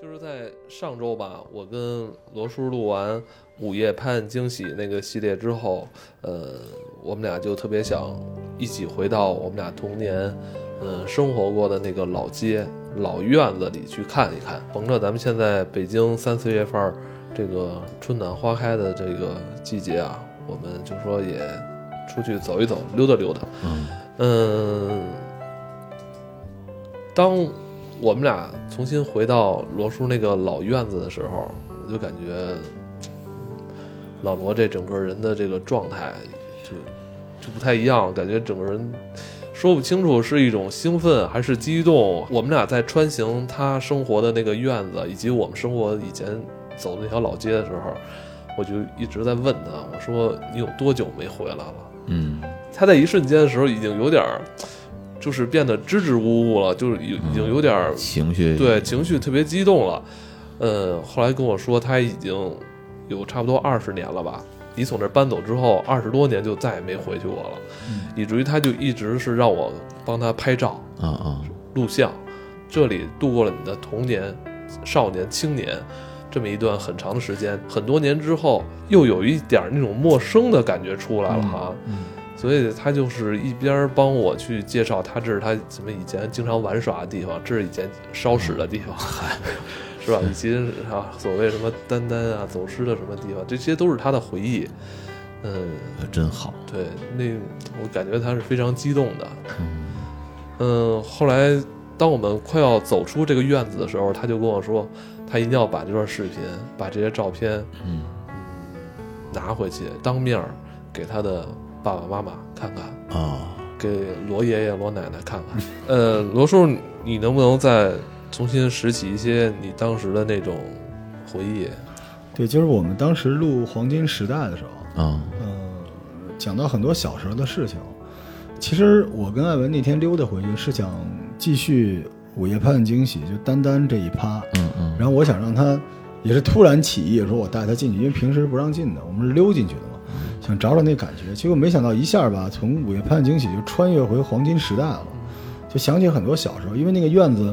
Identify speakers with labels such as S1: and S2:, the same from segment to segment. S1: 就是在上周吧，我跟罗叔录完《午夜拍案惊喜》那个系列之后，呃，我们俩就特别想一起回到我们俩童年，嗯、生活过的那个老街、老院子里去看一看。甭着咱们现在北京三四月份儿这个春暖花开的这个季节啊，我们就说也出去走一走、溜达溜达。
S2: 嗯
S1: 嗯，当我们俩重新回到罗叔那个老院子的时候，我就感觉老罗这整个人的这个状态就就不太一样，感觉整个人说不清楚是一种兴奋还是激动。我们俩在穿行他生活的那个院子，以及我们生活以前走的那条老街的时候，我就一直在问他，我说你有多久没回来了？
S2: 嗯
S1: 他在一瞬间的时候已经有点儿，就是变得支支吾吾了，就是有已经有点儿
S2: 情绪
S1: 对情绪特别激动了。嗯，后来跟我说他已经有差不多二十年了吧，你从这儿搬走之后二十多年就再也没回去过了，以至于他就一直是让我帮他拍照
S2: 啊啊，
S1: 录像，这里度过了你的童年、少年、青年。这么一段很长的时间，很多年之后，又有一点儿那种陌生的感觉出来了哈、
S2: 嗯
S1: 所以他就是一边儿帮我去介绍他这是他什么以前经常玩耍的地方，这是以前烧屎的地 方，是吧？以及啊所谓什么丹丹啊走失的什么地方，这些都是他的回忆。嗯，
S2: 呃真好，
S1: 对，那我感觉他是非常激动的。
S2: 嗯
S1: 嗯，后来当我们快要走出这个院子的时候，他就跟我说，他一定要把这段视频、把这些照片
S2: 嗯
S1: 拿回去，当面儿给他的爸爸妈妈看看。
S2: 啊，
S1: 给罗爷爷、罗奶奶看看。呃，罗叔，你能不能再重新拾起一些你当时的那种回忆？
S3: 对，就是我们当时录《黄金时代》的时候，
S2: 啊
S3: 嗯，讲到很多小时候的事情。其实我跟艾文那天溜达回去是想继续《午夜拍案惊喜》，就丹丹这一趴。
S2: 嗯嗯
S3: 然后我想让他，也是突然起意说我带他进去，因为平时不让进的，我们是溜进去的嘛，想找找那感觉。结果没想到一下吧，从《午夜拍案惊喜》就穿越回黄金时代了，就想起很多小时候，因为那个院子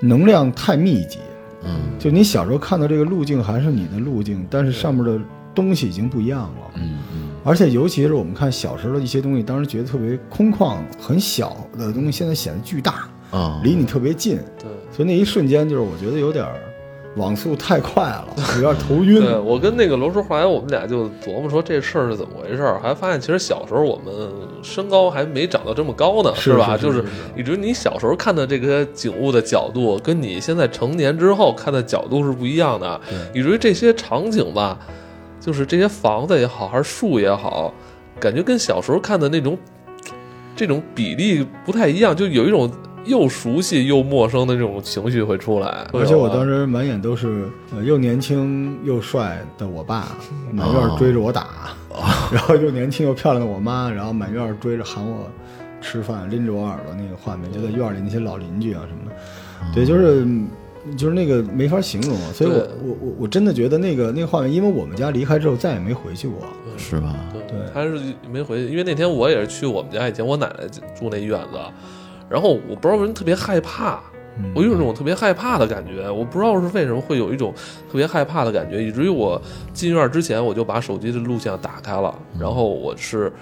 S3: 能量太密集，
S2: 嗯
S3: 就你小时候看到这个路径还是你的路径，但是上面的东西已经不一样了。
S2: 嗯嗯
S3: 而且尤其是我们看小时候的一些东西，当时觉得特别空旷、很小的东西，现在显得巨大，
S2: 啊，
S3: 离你特别近。
S1: 对，
S3: 所以那一瞬间，就是我觉得有点儿网速太快了，有点儿头晕。
S1: 对我跟那个罗叔，后来我们俩就琢磨说这事儿是怎么回事儿，还发现其实小时候我们身高还没长到这么高呢，
S3: 是
S1: 吧？
S3: 是是
S1: 就是
S3: 是
S1: 以至于你小时候看的这个景物的角度，跟你现在成年之后看的角度是不一样的，以至于这些场景吧，就是这些房子也好，还是树也好，感觉跟小时候看的那种这种比例不太一样，就有一种又熟悉又陌生的这种情绪会出来。
S3: 而且我
S2: 啊
S3: 当
S1: 时
S3: 时满眼都是呃又年轻又帅的我爸，满院儿追着我打，
S2: 哦
S3: 然后又年轻又漂亮的我妈，然后满院儿追着喊我吃饭，拎着我耳朵那个画面，就在院儿里那些老邻居啊什么的，对，
S2: 哦
S3: 就是嗯就是那个没法形容啊，所以我
S1: 对
S3: 我我我真的觉得那个那个画面，因为我们家离开之后再也没回去过，
S2: 是吧？
S1: 对
S3: 对，
S1: 嗯他是没回去，因为那天我也是去我们家以前我奶奶住那院子，然后我不知道为什么特别害怕，
S3: 嗯
S2: 哎
S1: 我有一种特别害怕的感觉，我不知道是为什么会有一种特别害怕的感觉，以至于我进院之前我就把手机的录像打开了，
S2: 嗯
S1: 然后我是。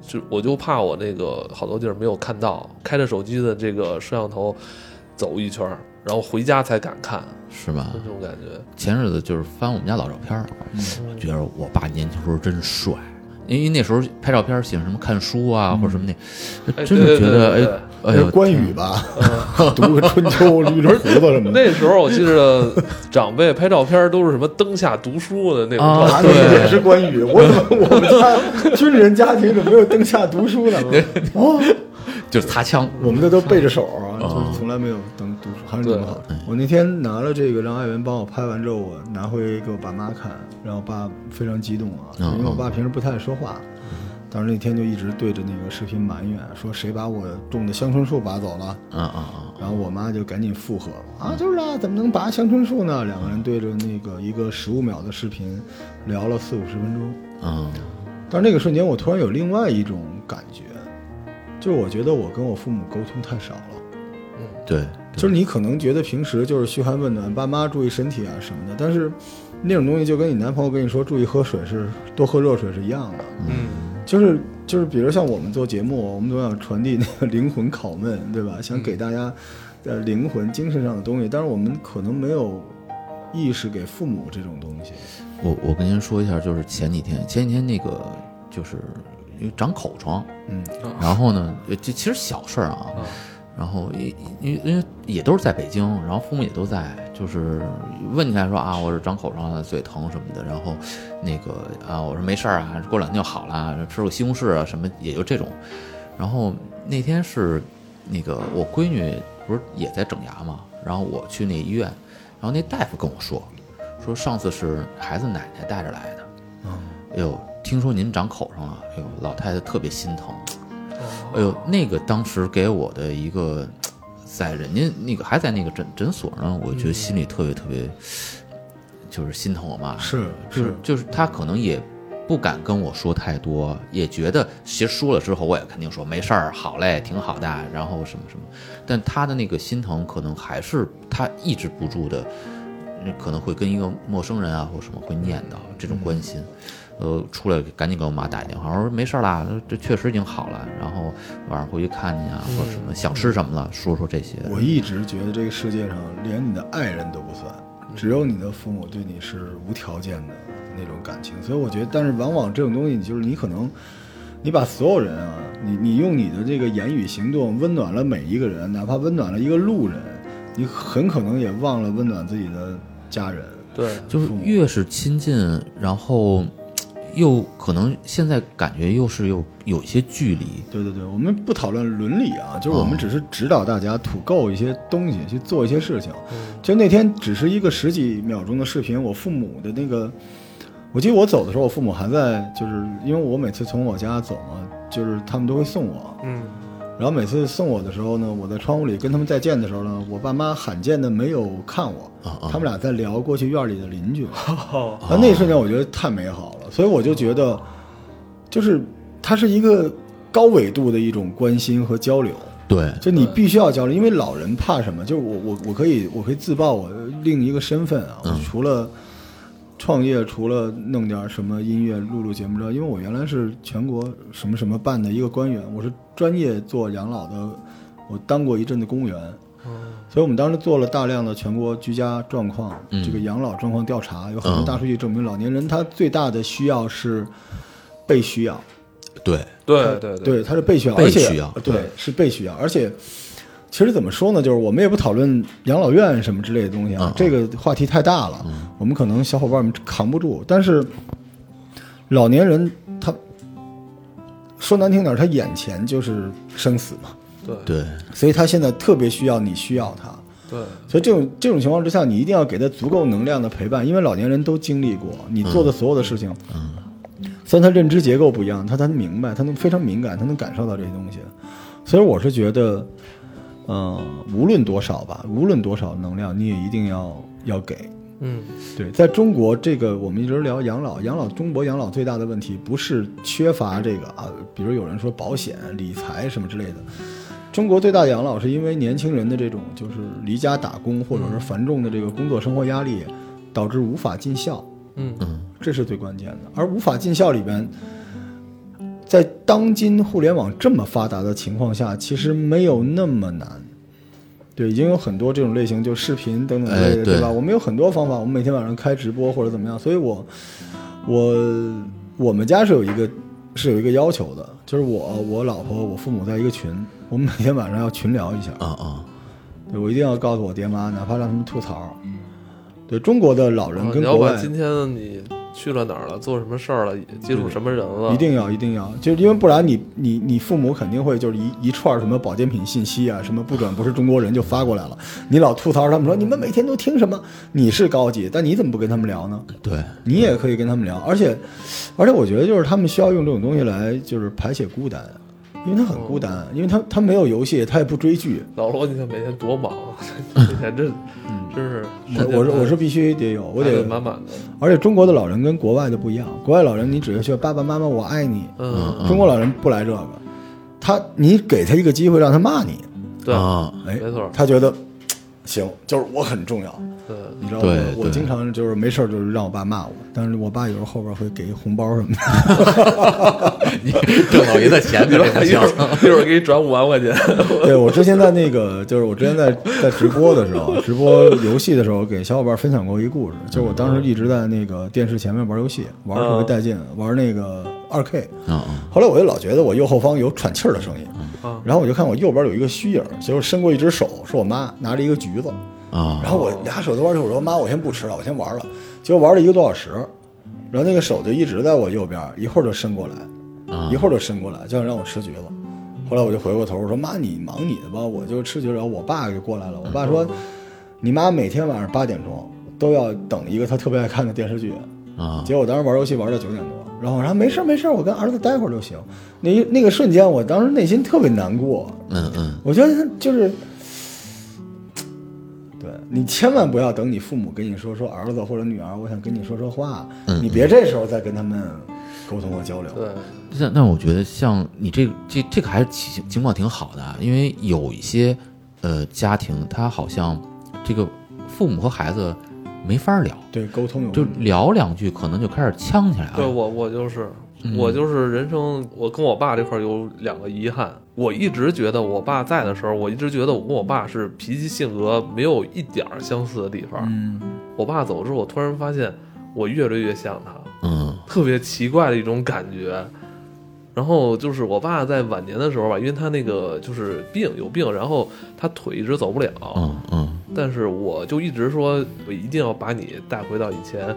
S1: 就我就怕我那个好多地儿没有看到，开着手机的这个摄像头走一圈儿，然后回家才敢看，
S2: 是吧
S1: 就？这种感觉。
S2: 前日子就是翻我们家老照片儿，我觉得我爸年轻时候真帅。因为那时候拍照片儿喜欢什么看书啊，或者什么
S1: 哎
S2: 那，真的
S1: 对对
S2: 觉
S1: 对
S2: 得哎，哎
S3: 那是
S2: 呦，啊
S3: 关羽吧， 读个春秋，捋着胡子什么的。
S1: 那时候我记得长辈拍照片都是什么灯下读书的那种
S2: 啊
S1: 照
S3: 啊，
S1: 片，
S3: 那也是关羽。我怎么我们家军人家庭怎么没有灯下读书呢？哦，
S2: 就是擦枪，
S3: 我们这都背着手啊，
S2: 哦
S3: 就是从来没有灯读书，还是挺好。我那天拿了这个，让艾文帮我拍完之后，我拿回给我爸妈看，然后我爸非常激动啊，
S2: 嗯
S3: 因为我爸平时不太爱说话。当时那天就一直对着那个视频埋怨，说谁把我种的香椿树拔走了，
S2: 啊啊啊，
S3: 然后我妈就赶紧附和啊，就是啊，怎么能拔香椿树呢？两个人对着那个一个十五秒的视频聊了四五十分钟。
S2: 嗯
S3: 但是那个瞬间，我突然有另外一种感觉，就是我觉得我跟我父母沟通太少了。
S2: 对
S3: 就是你可能觉得平时就是嘘寒问暖，爸妈注意身体啊什么的，但是那种东西就跟你男朋友跟你说注意喝水是多喝热水是一样的。
S1: 嗯
S3: 就是就是，比如像我们做节目，我们总想传递那个灵魂拷问，对吧？想给大家呃灵魂、精神上的东西，但是我们可能没有意识给父母这种东西。
S2: 我我跟您说一下，就是前几天，前几天那个就是因为长口疮，
S3: 嗯，
S2: 然后呢，呃这其实小事儿啊，
S1: 啊
S2: 然后因因因为也都是在北京，然后父母也都在，就是问起来说啊，我是长口疮了，嘴疼什么的，然后那个啊，我说没事儿啊，过两天就好了，吃个西红柿啊什么，也就这种。然后那天是那个我闺女不是也在整牙嘛，然后我去那医院，然后那大夫跟我说，说上次是孩子奶奶带着来的，哎呦，听说您长口上了，哎呦，老太太特别心疼。哎呦，那个当时给我的一个，在人家那个还在那个诊诊所呢，我觉得心里特别特别，就是心疼我妈。
S3: 是
S2: 就是就是她可能也不敢跟我说太多，也觉得其实说了之后，我也肯定说没事儿，好嘞，挺好的，然后什么什么。但她的那个心疼，可能还是她抑制不住的，嗯可能会跟一个陌生人啊或什么会念叨这种关心。呃，出来赶紧给我妈打一电话，我说没事儿啦，这确实已经好了。然后晚上回去看你啊，或者什么想吃什么了，说说这些。
S3: 我一直觉得这个世界上连你的爱人都不算，只有你的父母对你是无条件的那种感情。所以我觉得，但是往往这种东西，你就是你可能，你把所有人啊，你你用你的这个言语行动温暖了每一个人，哪怕温暖了一个路人，你很可能也忘了温暖自己的家人。
S1: 对，
S2: 就是越是亲近，然后又可能现在感觉又是又有一些距离。
S3: 对对对，我们不讨论伦理啊，就是我们只是指导大家土够一些东西，去做一些事情。就那天只是一个十几秒钟的视频，我父母的那个，我记得我走的时候，我父母还在，就是因为我每次从我家走嘛，就是他们都会送我，
S1: 嗯
S3: 然后每次送我的时候呢，我在窗户里跟他们再见的时候呢，我爸妈罕见的没有看我，
S2: 啊
S3: 他们俩在聊过去院里的邻居。
S1: 哦
S3: 啊，那一瞬间我觉得太美好了，所以我就觉得，就是它是一个高纬度的一种关心和交流。
S2: 对，
S3: 就你必须要交流，因为老人怕什么？就是我我我可以我可以自曝我另一个身份啊，我除了创业，除了弄点什么音乐录录节目之外，因为我原来是全国什么什么办的一个官员，我是专业做养老的，我当过一阵子公务员，所以我们当时做了大量的全国居家状况、这个养老状况调查，有很多大数据证明老年人他最大的需要是被需要。
S2: 对，
S1: 对呃对
S3: 对，它是被需要，
S2: 被
S3: 而且呃
S2: 需要
S3: 对，是被需要，而且。其实怎么说呢，就是我们也不讨论养老院什么之类的
S2: 嗯
S3: 东西啊，这个话题太大了，我们可能小伙伴们扛不住。但是老年人他说难听点儿，他眼前就是生死嘛，
S1: 对
S2: 对，
S3: 所以他现在特别需要你需要他，
S1: 对，
S3: 所以这种这种情况之下，你一定要给他足够能量的陪伴，因为老年人都经历过你做的所有的事情。嗯，虽然他认知结构不一样，他他能明白，他能非常敏感，他能感受到这些东西。所以我是觉得，嗯，无论多少吧，无论多少能量，你也一定要要给。
S1: 嗯
S3: 对，在中国这个我们一直聊养老，养老中国养老最大的问题不是缺乏这个啊，比如有人说保险、理财什么之类的。中国最大的养老是因为年轻人的这种就是离家打工或者是繁重的这个工作生活压力，导致无法尽孝，
S1: 嗯
S3: 这是最关键的。而无法尽孝里边，在当今互联网这么发达的情况下，其实没有那么难。对，已经有很多这种类型，就视频等等之类的，
S2: 哎
S3: 对
S2: 对
S3: 吧？我们有很多方法，我们每天晚上开直播或者怎么样，所以我我我们家是有一个是有一个要求的，就是我我老婆我父母在一个群，我们每天晚上要群聊一下，
S2: 啊啊，
S3: 对我一定要告诉我爹妈，哪怕让他们吐槽。对中国的老人
S1: 啊
S3: 跟
S1: 你要
S3: 国外
S1: 把今天你去了哪儿了，做什么事儿了，接触什么人了，
S3: 一定要一定要，就是因为不然你你你父母肯定会就是一一串什么保健品信息啊，什么不准不是中国人就发过来了，你老吐槽他们说你们每天都听什么，你是高级，但你怎么不跟他们聊呢？
S2: 对，
S3: 你也可以跟他们聊，而且，而且我觉得就是他们需要用这种东西来就是排解孤单，因为他很孤单，因为他他没有游戏，他也不追剧，
S1: 老罗，你看每天多忙， 每天这真是
S3: 我我是我是必须得有，嗯我
S1: 排
S3: 得
S1: 得满满的，
S3: 而且中国的老人跟国外的不一样，国外老人你只是说爸爸妈妈我爱你，
S1: 嗯，
S3: 中国老人不来这个，他你给他一个机会让他骂你，
S1: 对，
S2: 啊
S3: 哎，
S1: 没错
S3: 他觉得嘖行，就是我很重要，
S1: 嗯，
S3: 你知道
S2: 对
S3: 吗？我
S2: 对
S3: 经常就是没事儿就是让我爸骂我，但是我爸有时候后边会给一红包什么 的。
S2: 你挣老爷的钱可这不
S1: 一
S2: 行
S1: 会。儿一会儿给你转五万块钱，
S3: 对我之前在那个，就是我之前在在直播的时 候，直播游戏的时候，给小伙伴分享过一故事，就是我当时一直在那个电视前面玩游戏，玩的特
S1: 嗯
S3: 别带劲，玩那个二 K。
S2: 嗯嗯，
S3: 后来我就老觉得我右后方有喘气儿的声音，然后我就看我右边有一个虚影，结果伸过一只手，是我妈拿着一个橘子，
S2: 啊
S3: 然后我俩手都玩儿着，我说妈，我先不吃了，我先玩儿了。结果玩了一个多小时，然后那个手就一直在我右边，一会儿就伸过来，
S2: 啊
S3: 一会儿就伸过来，就想让我吃橘子。后来我就回过头，我说妈，你忙你的吧，我就吃橘子。然后我爸就过来了，我爸说，你妈每天晚上八点钟都要等一个她特别爱看的电视剧。
S2: 啊
S3: 结果我当时玩游戏玩到九点多，然后我说没事儿没事儿，我跟儿子待会儿就行。那一那个瞬间，我当时内心特别难过，
S2: 嗯嗯，
S3: 我觉得就是，对你千万不要等你父母跟你说说儿子或者女儿，我想跟你说说话，你别这时候再跟他们沟通和交流。
S1: 对，
S2: 那那我觉得像你这这这个还是情情况挺好的啊，因为有一些呃家庭，他好像这个父母和孩子没法聊，
S3: 对，沟通有
S2: 就
S3: 问题
S2: 聊两句可能就开始呛起来
S1: 对
S2: 了。
S1: 我我就是我就是人生，我跟我爸这块儿有两个遗憾。我一直觉得我爸在的时候，我一直觉得我跟我爸是脾气性格没有一点儿相似的地方。
S3: 嗯，
S1: 我爸走之后，我突然发现我越来越像他，
S2: 嗯
S1: 特别奇怪的一种感觉。然后就是我爸在晚年的时候吧，因为他那个就是病有病，然后他腿一直走不了。
S2: 嗯嗯
S1: 但是我就一直说，我一定要把你带回到以前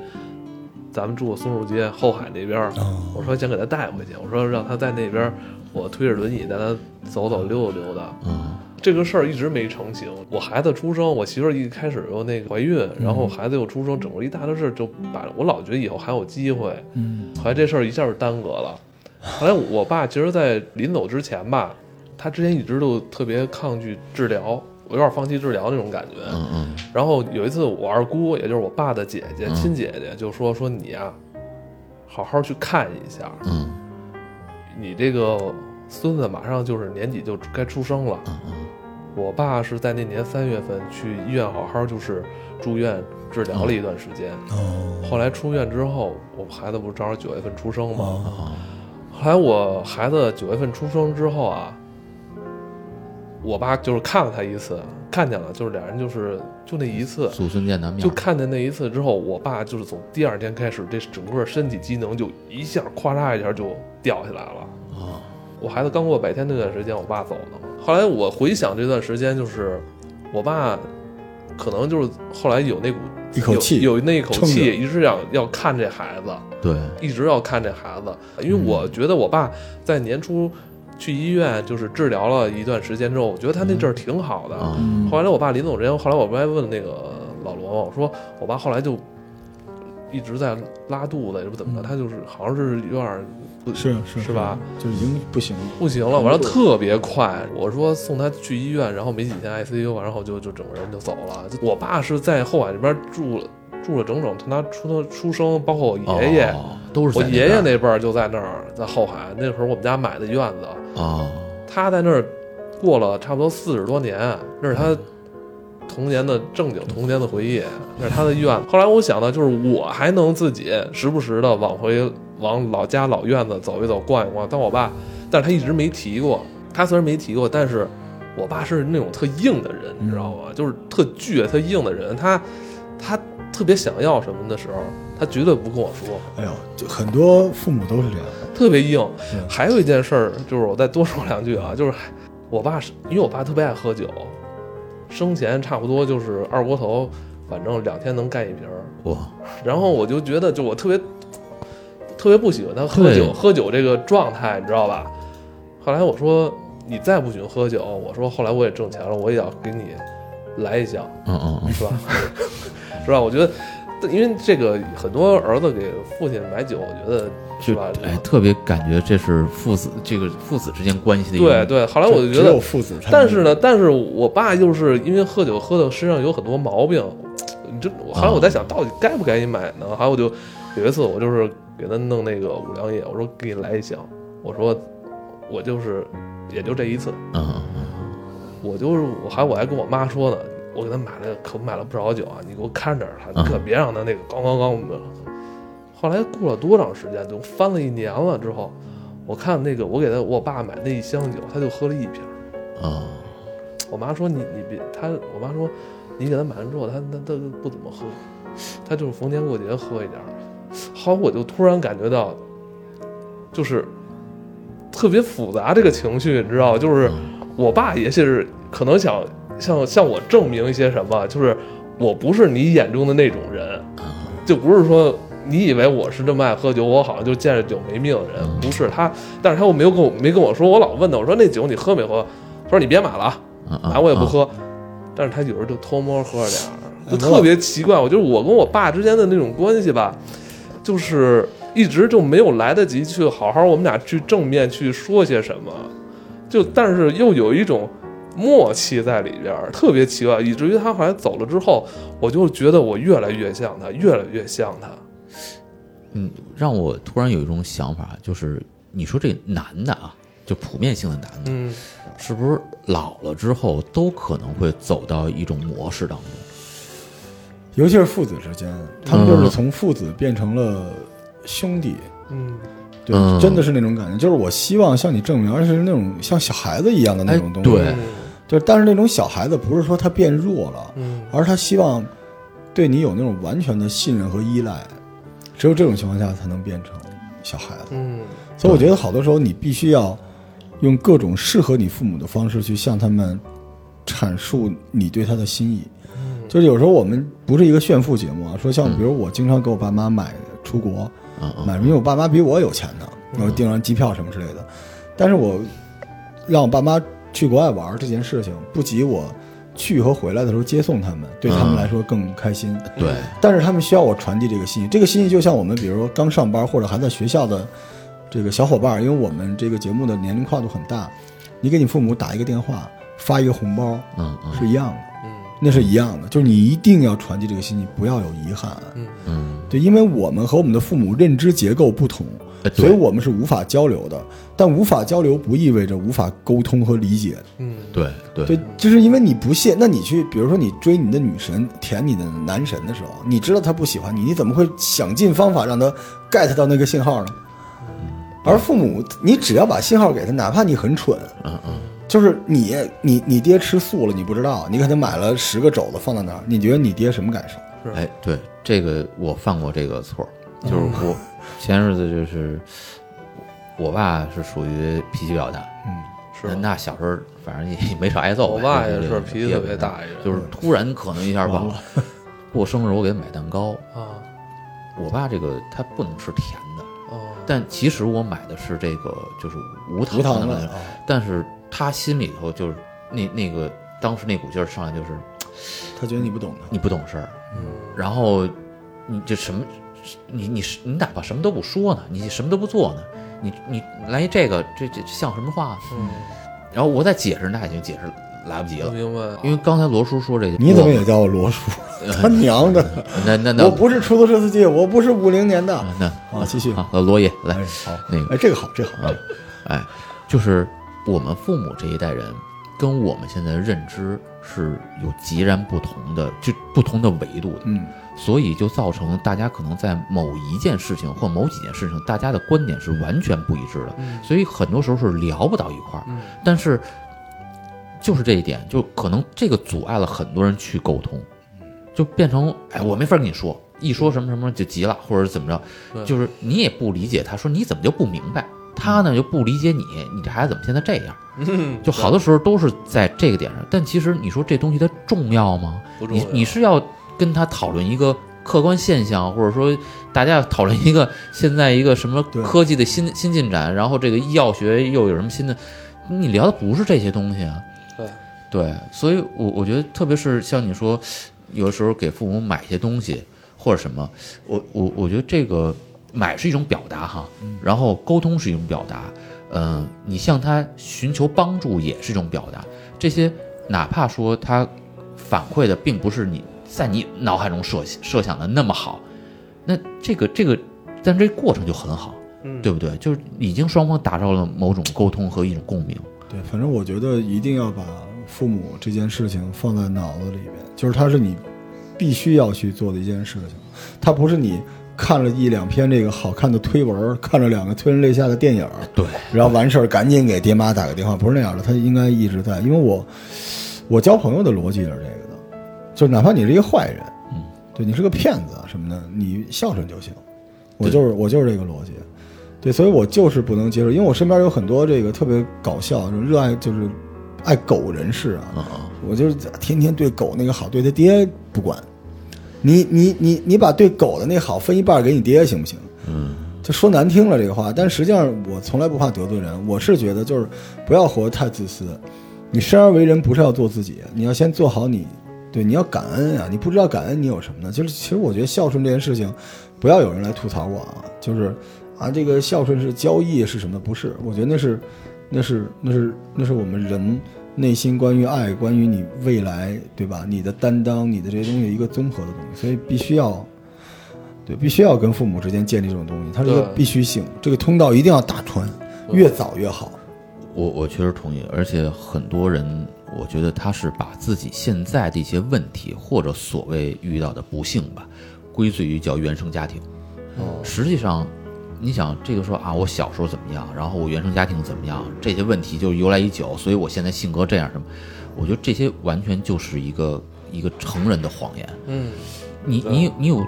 S1: 咱们住过松树街后海那边儿。
S3: 哦
S1: 我说想给他带回去，我说让他在那边儿，我推着轮椅带他走走溜达溜达。
S2: 嗯
S1: 这个事儿一直没成型。我孩子出生，我媳妇儿一开始又那个怀孕，然后孩子又出生，整个一大的事儿就把我老觉得以后还有机会，
S3: 嗯，
S1: 后来这事儿一下就耽搁了。后来我爸其实，在临走之前吧，他之前一直都特别抗拒治疗，我有点放弃治疗那种感觉。
S2: 嗯嗯
S1: 然后有一次，我二姑，也就是我爸的姐姐，
S2: 嗯
S1: 亲姐姐，就说说你呀、好好去看一下，
S2: 嗯
S1: 你这个孙子马上就是年底就该出生了。
S2: 嗯嗯，
S1: 我爸是在那年三月份去医院好好就是住院治疗了一段时间，
S2: 嗯
S3: 哦，
S1: 后来出院之后，我孩子不是正好九月份出生吗？
S2: 嗯
S3: 哦，
S1: 后来我孩子九月份出生之后啊，我爸就是看了他一次，看见了，就是俩人就是就那一次，
S2: 祖孙见南面
S1: 就，看见那一次之后，我爸就是从第二天开始，这整个身体机能就一下咵嚓一下就掉下来了。
S2: 哦
S1: 我孩子刚过百天那段时间，我爸走的嘛。后来我回想这段时间，就是我爸可能就是后来有那股
S3: 一口气
S1: 有有那口
S3: 撑着
S1: 气，一直想要看这孩子，
S2: 对，
S1: 一直要看这孩子，因为我觉得我爸在年初去医院就是治疗了一段时间之后，我觉得他那阵儿挺好的。
S2: 啊
S3: 嗯，
S1: 后来我爸临走之前，后来我不还问那个老罗，我说我爸后来就一直在拉肚子，也不怎么
S2: 嗯
S1: 着，他就是好像是有点儿不
S3: 是是
S1: 是吧？？
S3: 就已经不行了。
S1: 不行了，完了特别快。我说送他去医院，然后没几天 ICU，然后就就整个人就走了。就我爸是在后海这边住了住了整整从他出出生，包括我爷爷，
S2: 哦都是
S1: 我
S2: 在
S1: 爷爷
S2: 边
S1: 那辈儿就在那儿，在后海那会儿我们家买的院子，
S2: 哦
S1: 他在那儿过了差不多四十多年，那是他童年的正经童年的回忆，那是他的院子。后来我想呢，就是我还能自己时不时的往回往老家老院子走一走、逛一逛，但我爸，但是他一直没提过。他虽然没提过，但是我爸是那种特硬的人，你知道吗？就是特倔、特硬的人。他他特别想要什么的时候，他绝对不跟我说。
S3: 哎呦，就很多父母都是这样。
S1: 特别硬
S3: 嗯。
S1: 还有一件事儿，就是我再多说两句
S2: 嗯
S1: 啊，就是我爸是因为我爸特别爱喝酒，生前差不多就是二锅头，反正两天能干一瓶儿。
S2: 哇
S1: 然后我就觉得，就我特别特别不喜欢他喝
S2: 对
S1: 酒喝酒这个状态，你知道吧？后来我说你再不许喝酒，我说后来我也挣钱了，我也要给你来一箱。
S2: 嗯嗯嗯
S1: 是吧？ 是吧？我觉得，因为这个很多儿子给父亲买酒，我觉得是
S2: 就
S1: 吧？
S2: 哎特别感觉这是父子这个父子之间关系的一
S1: 对
S2: 个
S1: 对。后来我就
S3: 只
S1: 觉
S3: 只有
S1: 得，
S3: 父子才能，
S1: 但是呢，但是我爸就是因为喝酒喝的身上有很多毛病，你这我后来我
S3: 啊
S1: 在想到底该不该你买呢？还有我就有一次我就是给他弄那个五粮液，我说给你来一箱，我说我就是也就这一次，
S2: 嗯嗯嗯
S1: 我就是我还我还跟我妈说呢，我给他买了，可买了不少酒啊，你给我看着点儿他，
S2: 嗯
S1: 你可
S3: 啊
S1: 别让他那个咣咣咣。后来过了多长时间，都翻了一年了之后，我看那个我给他我爸买那一箱酒，他就喝了一瓶儿。
S2: 啊，
S1: 我妈说你你别他，我妈说你给他买完之后，他他他不怎么喝，他就是逢年过节喝一点儿。后来我就突然感觉到，就是特别复杂这个情绪，你知道吗，就是我爸也是可能想向向我证明一些什么，就是我不是你眼中的那种人，就不是说。你以为我是这么爱喝酒，我好像就见着酒没命的人，不是他，但是他又没有跟我没跟我说，我老问他，我说那酒你喝没喝？他说你别买了啊，
S2: 嗯嗯
S1: 啊，我也不
S2: 嗯
S1: 喝，但是他有时候就偷摸喝点儿，就
S3: 哎我
S1: 特别奇怪。我就是我跟我爸之间的那种关系吧，就是一直就没有来得及去好好我们俩去正面去说些什么，就但是又有一种默契在里边儿，特别奇怪，以至于他后来走了之后，我就觉得我越来越像他，越来越像他。
S2: 嗯，让我突然有一种想法，就是你说这男的啊，就普遍性的男的，
S1: 嗯，
S2: 是不是老了之后都可能会走到一种模式当中？
S3: 尤其是父子之间，他们就是
S2: 嗯
S3: 从父子变成了兄弟，
S1: 嗯，
S3: 对，
S2: 嗯
S3: 真的是那种感觉。就是我希望向你证明，而是那种像小孩子一样的那种东西。
S2: 哎对
S1: 嗯
S3: 就是但是那种小孩子不是说他变弱了，
S1: 嗯
S3: 而是他希望对你有那种完全的信任和依赖。只有这种情况下才能变成小孩子。
S1: 嗯
S3: 所以我觉得好多时候你必须要用各种适合你父母的方式去向他们阐述你对他的心意。就是有时候我们不是一个炫富节目啊，说像比如我经常给我爸妈买出国，
S2: 嗯嗯
S3: 买因为我爸妈比我有钱呢，然后订上机票什么之类的。但是我让我爸妈去国外玩这件事情，不及我去和回来的时候接送他们，对他们来说更开心。
S2: 对，
S3: 但是他们需要我传递这个信息，这个信息就像我们比如说刚上班或者还在学校的这个小伙伴儿，因为我们这个节目的年龄跨度很大，你给你父母打一个电话，发一个红包
S2: 嗯嗯
S3: 是一样的，
S1: 嗯
S3: 那是一样的，就是你一定要传递这个信息，不要有遗憾。
S1: 嗯
S2: 嗯，
S3: 对，因为我们和我们的父母认知结构不同，
S2: 哎
S3: 所以
S2: 对
S3: 我们是无法交流的。但无法交流不意味着无法沟通和理解，
S1: 嗯，
S2: 对对
S3: 对，就是因为你不屑，那你去，比如说你追你的女神、舔你的男神的时候，你知道他不喜欢你，你怎么会想尽方法让他 get 到那个信号呢？
S2: 嗯
S3: 而父母，你只要把信号给他，哪怕你很蠢，
S2: 嗯嗯
S3: 就是你，你，你爹吃素了，你不知道，你给他买了十个肘子放在那儿，你觉得你爹什么感受？
S1: 是
S2: 哎，对，这个我犯过这个错儿，就是
S1: 嗯
S2: 我前日子就是我爸是属于脾气比较大，
S1: 是
S2: 那
S1: 吧
S2: 那小时候反正也没少挨揍呗。
S1: 我爸也
S2: 就是是
S1: 脾气特别大一嗯人
S2: 就是突然可能一下忘了。 过生日我给他买蛋糕，
S1: 啊
S2: 我爸这个他不能吃甜的，
S1: 哦
S2: 但其实我买的是这个就是无糖
S3: 无糖
S2: 的
S3: 的啊，
S2: 但是他心里头就是那那个当时那股劲儿上来就是
S3: 他觉得你不懂他。
S2: 你不懂事儿，然后你这什么，你你是你哪怕什么都不说呢，你什么都不做呢，你你来这个这这像什么话？
S1: 嗯，
S2: 然后我再解释，那已经解释来不及
S1: 我
S2: 了，
S1: 明白，
S2: 因为刚才罗叔说这，
S3: 你怎么也叫我罗叔？他娘的！
S2: 我那嗯 那那
S3: 我不是出租车司机，我不是五零年的。
S2: 那
S3: 啊，继续。
S2: 好，呃罗爷来
S3: 哎，，好，
S2: 那个
S3: 哎，这个好，这个好。
S2: 哎，就是我们父母这一代人跟我们现在的认知是有截然不同的，就不同的维度的。
S3: 嗯，
S2: 所以就造成大家可能在某一件事情或某几件事情，大家的观点是完全不一致的，所以很多时候是聊不到一块儿。
S1: 嗯
S2: 但是就是这一点，就可能这个阻碍了很多人去沟通，就变成哎，我没法跟你说，一说什么什么就急了，或者怎么着，就是你也不理解他说你怎么就不明白，他呢就不理解你，你这孩子怎么现在这样？
S1: 嗯，
S2: 就好多时候都是在这个点上，但其实你说这东西它重要吗？
S1: 不重
S2: 你
S1: 要
S2: 你是要跟他讨论一个客观现象，或者说大家要讨论一个现在一个什么
S3: 对
S2: 科技的新新进展，然后这个医药学又有什么新的，你聊的不是这些东西啊。
S1: 对
S2: 对，所以我我觉得，特别是像你说，有的时候给父母买一些东西或者什么，我我我觉得这个买是一种表达哈，然后沟通是一种表达，嗯、你向他寻求帮助也是一种表达，这些哪怕说他反馈的并不是你在你脑海中设设想的那么好，那这个这个，但这过程就很好，
S1: 嗯
S2: 对不对？就是已经双方达到了某种沟通和一种共鸣，
S3: 对，反正我觉得一定要把父母这件事情放在脑子里边，就是它是你必须要去做的一件事情，它不是你看了一两篇这个好看的推文儿，看了两个催人泪下的电影儿，
S2: 对，
S3: 然后完事儿赶紧给爹妈打个电话，不是那样的，他应该一直在，因为我我交朋友的逻辑是这个的，就是哪怕你是一个坏人，
S2: 嗯，
S3: 对你是个骗子啊什么的，你孝顺就行。我就是我就是这个逻辑，对，所以我就是不能接受，因为我身边有很多这个特别搞笑，就是热爱就是爱狗人士啊，
S2: 嗯嗯
S3: 我就是天天对狗那个好，对他爹不管。你你你你把对狗的那好分一半给你爹行不行？
S2: 嗯，
S3: 就说难听了这个话，但实际上我从来不怕得罪人，我是觉得就是不要活得太自私。你生而为人不是要做自己，你要先做好你，对，你要感恩啊！你不知道感恩，你有什么呢？就是其实我觉得孝顺这件事情，不要有人来吐槽我啊，就是啊，这个孝顺是交易是什么？不是，我觉得那是，那是那是那是我们人内心关于爱、关于你未来，对吧？你的担当，你的这些东西一个综合的东西，所以必须要。对，必须要跟父母之间建立这种东西，它是一个
S1: 对
S3: 必须性，这个通道一定要打穿，越早越好。
S2: 我我确实同意，而且很多人，我觉得他是把自己现在的一些问题或者所谓遇到的不幸吧，归罪于叫原生家庭。
S1: 哦，
S2: 实际上，你想这个说啊，我小时候怎么样，然后我原生家庭怎么样，这些问题就是由来已久，所以我现在性格这样什么，我觉得这些完全就是一个一个成人的谎言。
S1: 嗯，
S2: 你
S1: 对
S2: 你你有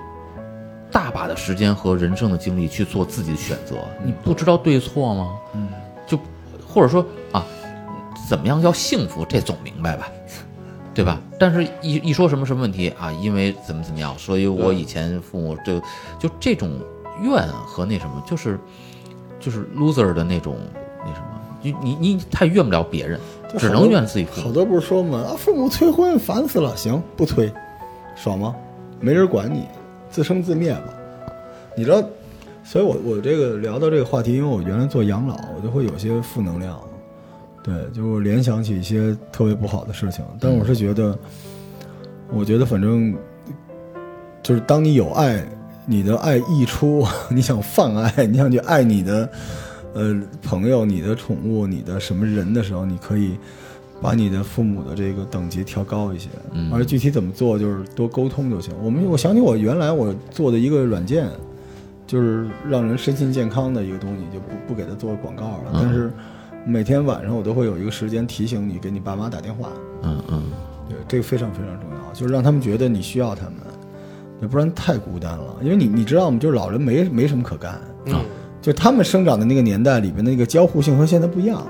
S2: 大把的时间和人生的精力去做自己的选择，你不知道对错吗？嗯，就或者说啊，怎么样叫幸福，这总明白吧？对吧？但是一，一说什么什么问题啊，因为怎么怎么样，所以我
S1: 对
S2: 以前父母就就这种怨和那什么，就是就是 loser 的那种那什么，你你你太怨不了别人，
S3: 就
S2: 只
S3: 好多
S2: 能怨自己父母
S3: 好。多不是说嘛，啊，父母催婚烦死了，行不催，爽吗？没人管你，自生自灭吧。你知道，所以我我这个聊到这个话题，因为我原来做养老，我就会有些负能量，对，就是我联想起一些特别不好的事情。但我是觉得，我觉得反正就是当你有爱，你的爱溢出， 你想泛爱，你想去爱你的呃朋友、你的宠物、你的什么人的时候，你可以把你的父母的这个等级调高一些。
S2: 嗯
S3: 而具体怎么做，就是多沟通就行。我们我想起我原来我做的一个软件，就是让人身心健康的一个东西，就不不给它做广告了。
S2: 嗯
S3: 但是每天晚上我都会有一个时间提醒你，给你爸妈打电话。
S2: 嗯嗯
S3: 对，这个非常非常重要，就是让他们觉得你需要他们，对，不然太孤单了。因为你你知道吗？就是老人没没什么可干，
S1: 嗯，
S3: 就他们生长的那个年代里边的那个交互性和现在不一样，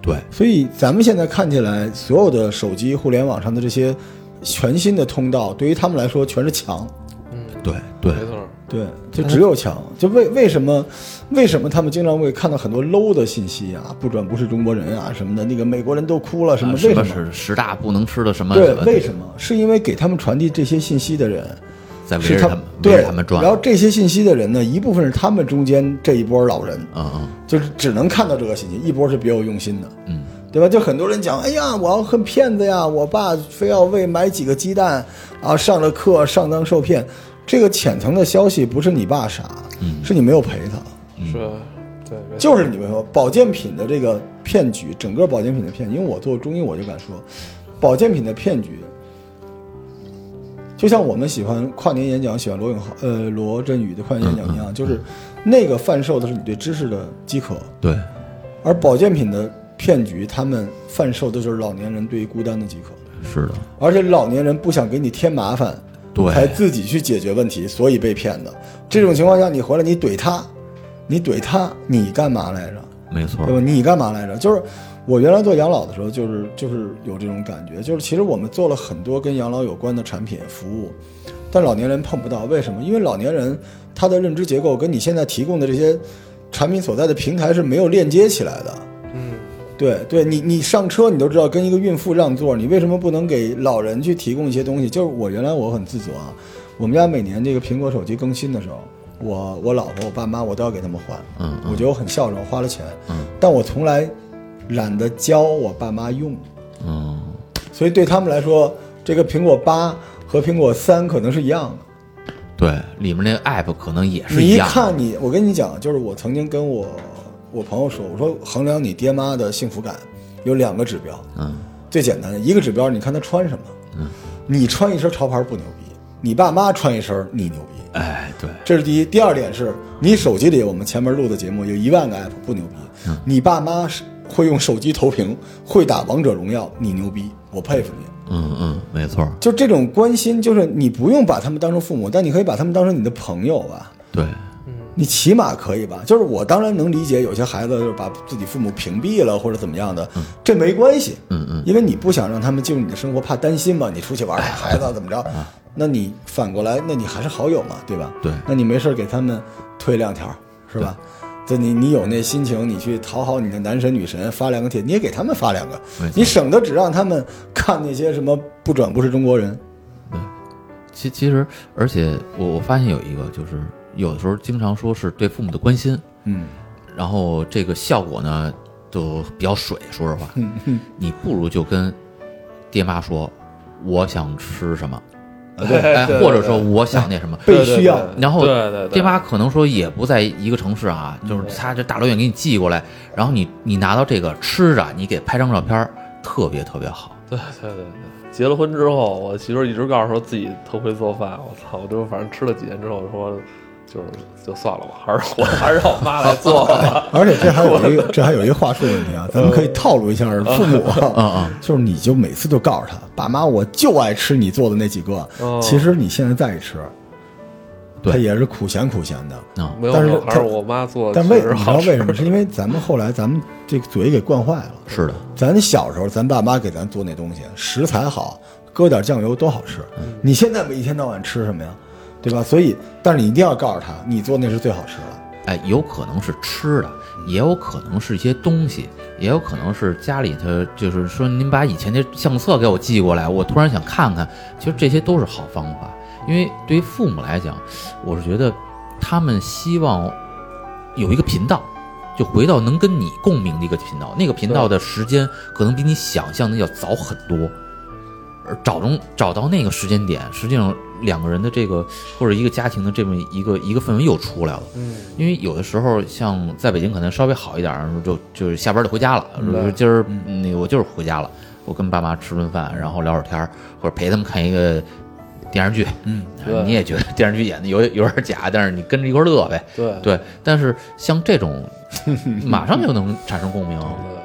S2: 对，
S3: 所以咱们现在看起来，所有的手机、互联网上的这些全新的通道，对于他们来说全是墙。
S1: 嗯，
S2: 对对
S1: 没错儿，
S3: 对，就只有强。就为为什么，为什么他们经常会看到很多 low 的信息啊？不转不是中国人啊什么的，那个美国人都哭了什么？
S2: 啊
S3: 为什么？
S2: 是十大不能吃的什么？
S3: 对
S2: 什，么
S3: 为什么？是因为给他们传递这些信息的人
S2: 在围
S3: 是
S2: 着
S3: 他
S2: 他们，围
S3: 对
S2: 着他们转？
S3: 然后这些信息的人呢，一部分是他们中间这一波老人，
S2: 嗯嗯
S3: 就是只能看到这个信息；一波是别有用心的，
S2: 嗯，
S3: 对吧？就很多人讲，哎呀，我要恨骗子呀，我爸非要为买几个鸡蛋啊上了课上当受骗。这个浅层的消息不是你爸傻，是你没有陪他。
S1: 是，对，没错
S3: 就是你们说保健品的这个骗局，整个保健品的骗局，因为我做中医，我就敢说，保健品的骗局，就像我们喜欢跨年演讲，喜欢罗永浩、呃罗振宇的跨年演讲一样，就是那个贩售的是你对知识的饥渴，
S2: 对，
S3: 而保健品的骗局，他们贩售的就是老年人对于孤单的饥渴，
S2: 是的，
S3: 而且老年人不想给你添麻烦，
S2: 对
S3: 才自己去解决问题，所以被骗的。这种情况下，你回来你怼他，你怼他，你干嘛来着？
S2: 没错
S3: 对吧？你干嘛来着？就是我原来做养老的时候，就是就是有这种感觉，就是其实我们做了很多跟养老有关的产品服务，但老年人碰不到，为什么？因为老年人他的认知结构跟你现在提供的这些产品所在的平台是没有链接起来的。
S1: 嗯，
S3: 对对，你你上车你都知道跟一个孕妇让座，你为什么不能给老人去提供一些东西？就是我原来我很自责啊，我们家每年这个苹果手机更新的时候，我我老婆我爸妈我都要给他们换，
S2: 嗯
S3: 我觉得我很孝顺，我花了钱，
S2: 嗯，
S3: 但我从来懒得教我爸妈用，
S2: 嗯，
S3: 所以对他们来说，这个苹果八和苹果三可能是一样的。
S2: 对，里面那个 app 可能也是
S3: 你一
S2: 样的。
S3: 看你，我跟你讲，就是我曾经跟我我朋友说，我说衡量你爹妈的幸福感有两个指标，
S2: 嗯，
S3: 最简单的一个指标，你看他穿什么。你穿一身潮牌不牛逼，你爸妈穿一身你牛逼。
S2: 哎，对，
S3: 这是第一。第二点是你手机里，我们前面录的节目有一万个 app 不牛逼，你爸妈是会用手机投屏，会打王者荣耀，你牛逼，我佩服你。
S2: 嗯嗯，没错，
S3: 就这种关心，就是你不用把他们当成父母，但你可以把他们当成你的朋友吧。
S2: 对，
S3: 你起码可以吧？就是我当然能理解，有些孩子就是把自己父母屏蔽了或者怎么样的，这没关系。
S2: 嗯嗯，哎
S3: 因为你不想让他们进入你的生活，怕担心嘛，你出去玩儿，孩子怎么着？那你反过来，那你还是好友嘛，对吧？
S2: 对
S3: 那你没事儿给他们推两条，是吧？这你你有那心情，你去讨好你的男神女神，发两个帖，你也给他们发两个
S2: 没错，
S3: 你省得只让他们看那些什么不转不是中国人。
S2: 其其实，而且我我发现有一个，就是有的时候经常说是对父母的关心，
S3: 嗯，
S2: 然后这个效果呢就比较水。说实话，
S3: 嗯
S2: 你不如就跟爹妈说，我想吃什么，哎
S3: 啊
S1: 对，对
S2: 或者
S1: 对
S2: 说我想那什么。
S3: 被需要
S1: 对对对
S2: 然后
S1: 对对对，
S2: 爹妈可能说也不在一个城市啊，就是他这大老远给你寄过来，然后你你拿到这个吃着，你给拍张照片儿，特别特别好。
S1: 对对对对，结了婚之后，我媳妇儿一直告诉我自己头回做饭，我操，我就反正吃了几年之后说，就是就算了吧，还是我还是让我妈来做吧。
S3: 而且这还有一个，这还有一个话术问题啊，
S1: 嗯
S3: 咱们可以套路一下父母，啊
S2: 嗯
S3: 就是你就每次就告诉他，爸妈，我就爱吃你做的那几个
S1: 哦，
S3: 其实你现在再吃，
S2: 对
S3: 他也是苦咸苦咸的。
S2: 嗯，
S1: 没有，
S3: 但是
S1: 没有还是
S3: 他
S1: 我妈做的
S3: 但
S1: 哦确
S3: 为
S1: 实
S3: 你知
S1: 好
S3: 道
S1: 吃。
S3: 为什么？是因为咱们后来咱们这个嘴给惯坏了。
S2: 是的，
S3: 咱小时候，咱爸妈给咱做那东西，食材好，搁点酱油多好吃。
S1: 嗯
S3: 你现在一天到晚吃什么呀？对吧？所以，但是你一定要告诉他，你做那是最好吃的。
S2: 哎，有可能是吃的，也有可能是一些东西，也有可能是家里头就是说您把以前的相册给我寄过来，我突然想看看。其实这些都是好方法，因为对于父母来讲，我是觉得他们希望有一个频道。就回到能跟你共鸣的一个频道，那个频道的时间可能比你想象的要早很多，而找中找到那个时间点，实际上两个人的这个或者一个家庭的这么一个一个氛围又出来了。
S1: 嗯，
S2: 因为有的时候像在北京可能稍微好一点儿，就就是下班就回家了。
S1: 嗯
S2: 说今儿那个我就是回家了，我跟爸妈吃顿饭，然后聊会儿天儿，或者陪他们看一个电视剧。嗯，
S1: 对
S2: 你也觉得电视剧演的有有点假，但是你跟着一块儿乐呗。
S1: 对
S2: 对，但是像这种马上就能产生共鸣，
S1: 对